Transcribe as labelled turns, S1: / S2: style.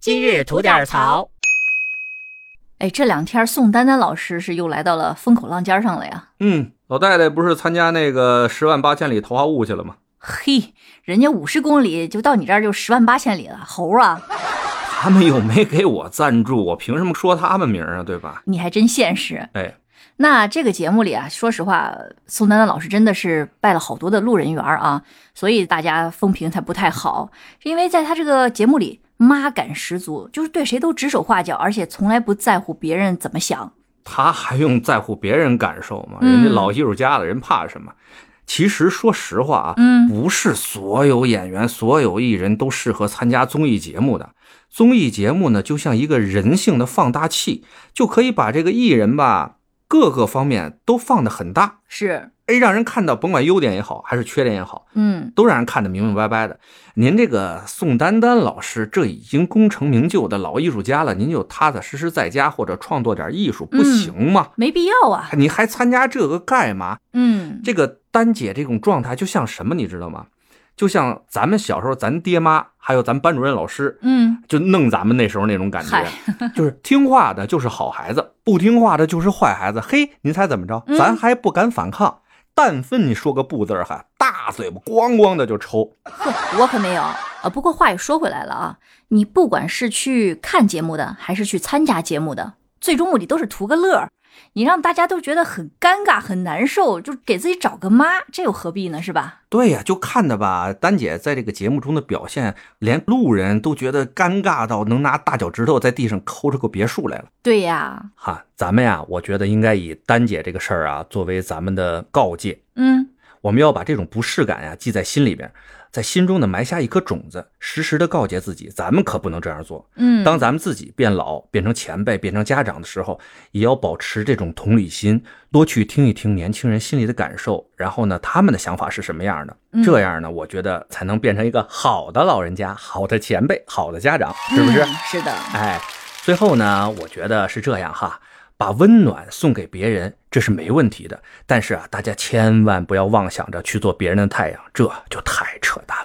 S1: 今日吐点槽。
S2: 哎，这两天宋丹丹老师是又来到了风口浪尖上了呀。
S3: 嗯，老戴戴不是参加那个十万八千里桃花坞去了吗？
S2: 嘿，人家五十公里就到你这儿就十万八千里了，猴啊！
S3: 他们又没给我赞助，我凭什么说他们名儿啊？对吧？
S2: 你还真现实。
S3: 哎，
S2: 那这个节目里啊，说实话，宋丹丹老师真的是拜了好多的路人缘啊，所以大家风评才不太好。是因为在他这个节目里，妈感十足，就是对谁都指手画脚，而且从来不在乎别人怎么想。
S3: 他还用在乎别人感受吗？
S2: 嗯
S3: 人家老艺术家了，人怕什么？其实说实话啊，
S2: 嗯
S3: 不是所有演员、所有艺人都适合参加综艺节目的。综艺节目呢，就像一个人性的放大器，就可以把这个艺人吧各个方面都放得很大，
S2: 是，
S3: 哎，让人看到，甭管优点也好，还是缺点也好，
S2: 嗯，
S3: 都让人看得明明白白的。您这个宋丹丹老师，这已经功成名就的老艺术家了，您就踏踏实实在家或者创作点艺术，不
S2: 嗯
S3: 行吗？
S2: 没必要啊。
S3: 你还参加这个干嘛？
S2: 嗯，
S3: 这个丹姐这种状态就像什么，你知道吗？就像咱们小时候，咱爹妈还有咱班主任老师，
S2: 嗯，
S3: 就弄咱们那时候那种感
S2: 嗨
S3: 觉，就是听话的就是好孩子，不听话的就是坏孩子。嘿，您猜怎么着
S2: 嗯？
S3: 咱还不敢反抗，但凡你说个不字儿，还大嘴巴咣咣的就抽。
S2: 我可没有啊。不过话也说回来了啊，你不管是去看节目的，还是去参加节目的，最终目的都是图个乐儿。你让大家都觉得很尴尬、很难受，就给自己找个妈，这又何必呢？是吧？
S3: 对呀、就看的吧，丹姐在这个节目中的表现，连路人都觉得尴尬到能拿大脚趾头在地上抠出个别墅来了。
S2: 对呀，
S3: 哈，咱们呀，我觉得应该以丹姐这个事儿啊，作为咱们的告诫，
S2: 嗯，
S3: 我们要把这种不适感呀记在心里边，在心中呢埋下一颗种子，时时的告诫自己，咱们可不能这样做。
S2: 嗯，
S3: 当咱们自己变老、变成前辈、变成家长的时候，也要保持这种同理心，多去听一听年轻人心里的感受，然后呢，他们的想法是什么样的，
S2: 嗯
S3: 这样呢，我觉得才能变成一个好的老人家、好的前辈、好的家长，是不是？
S2: 嗯是的，
S3: 哎，最后呢，我觉得是这样哈，把温暖送给别人，这是没问题的。但是啊，大家千万不要妄想着去做别人的太阳，这就太扯淡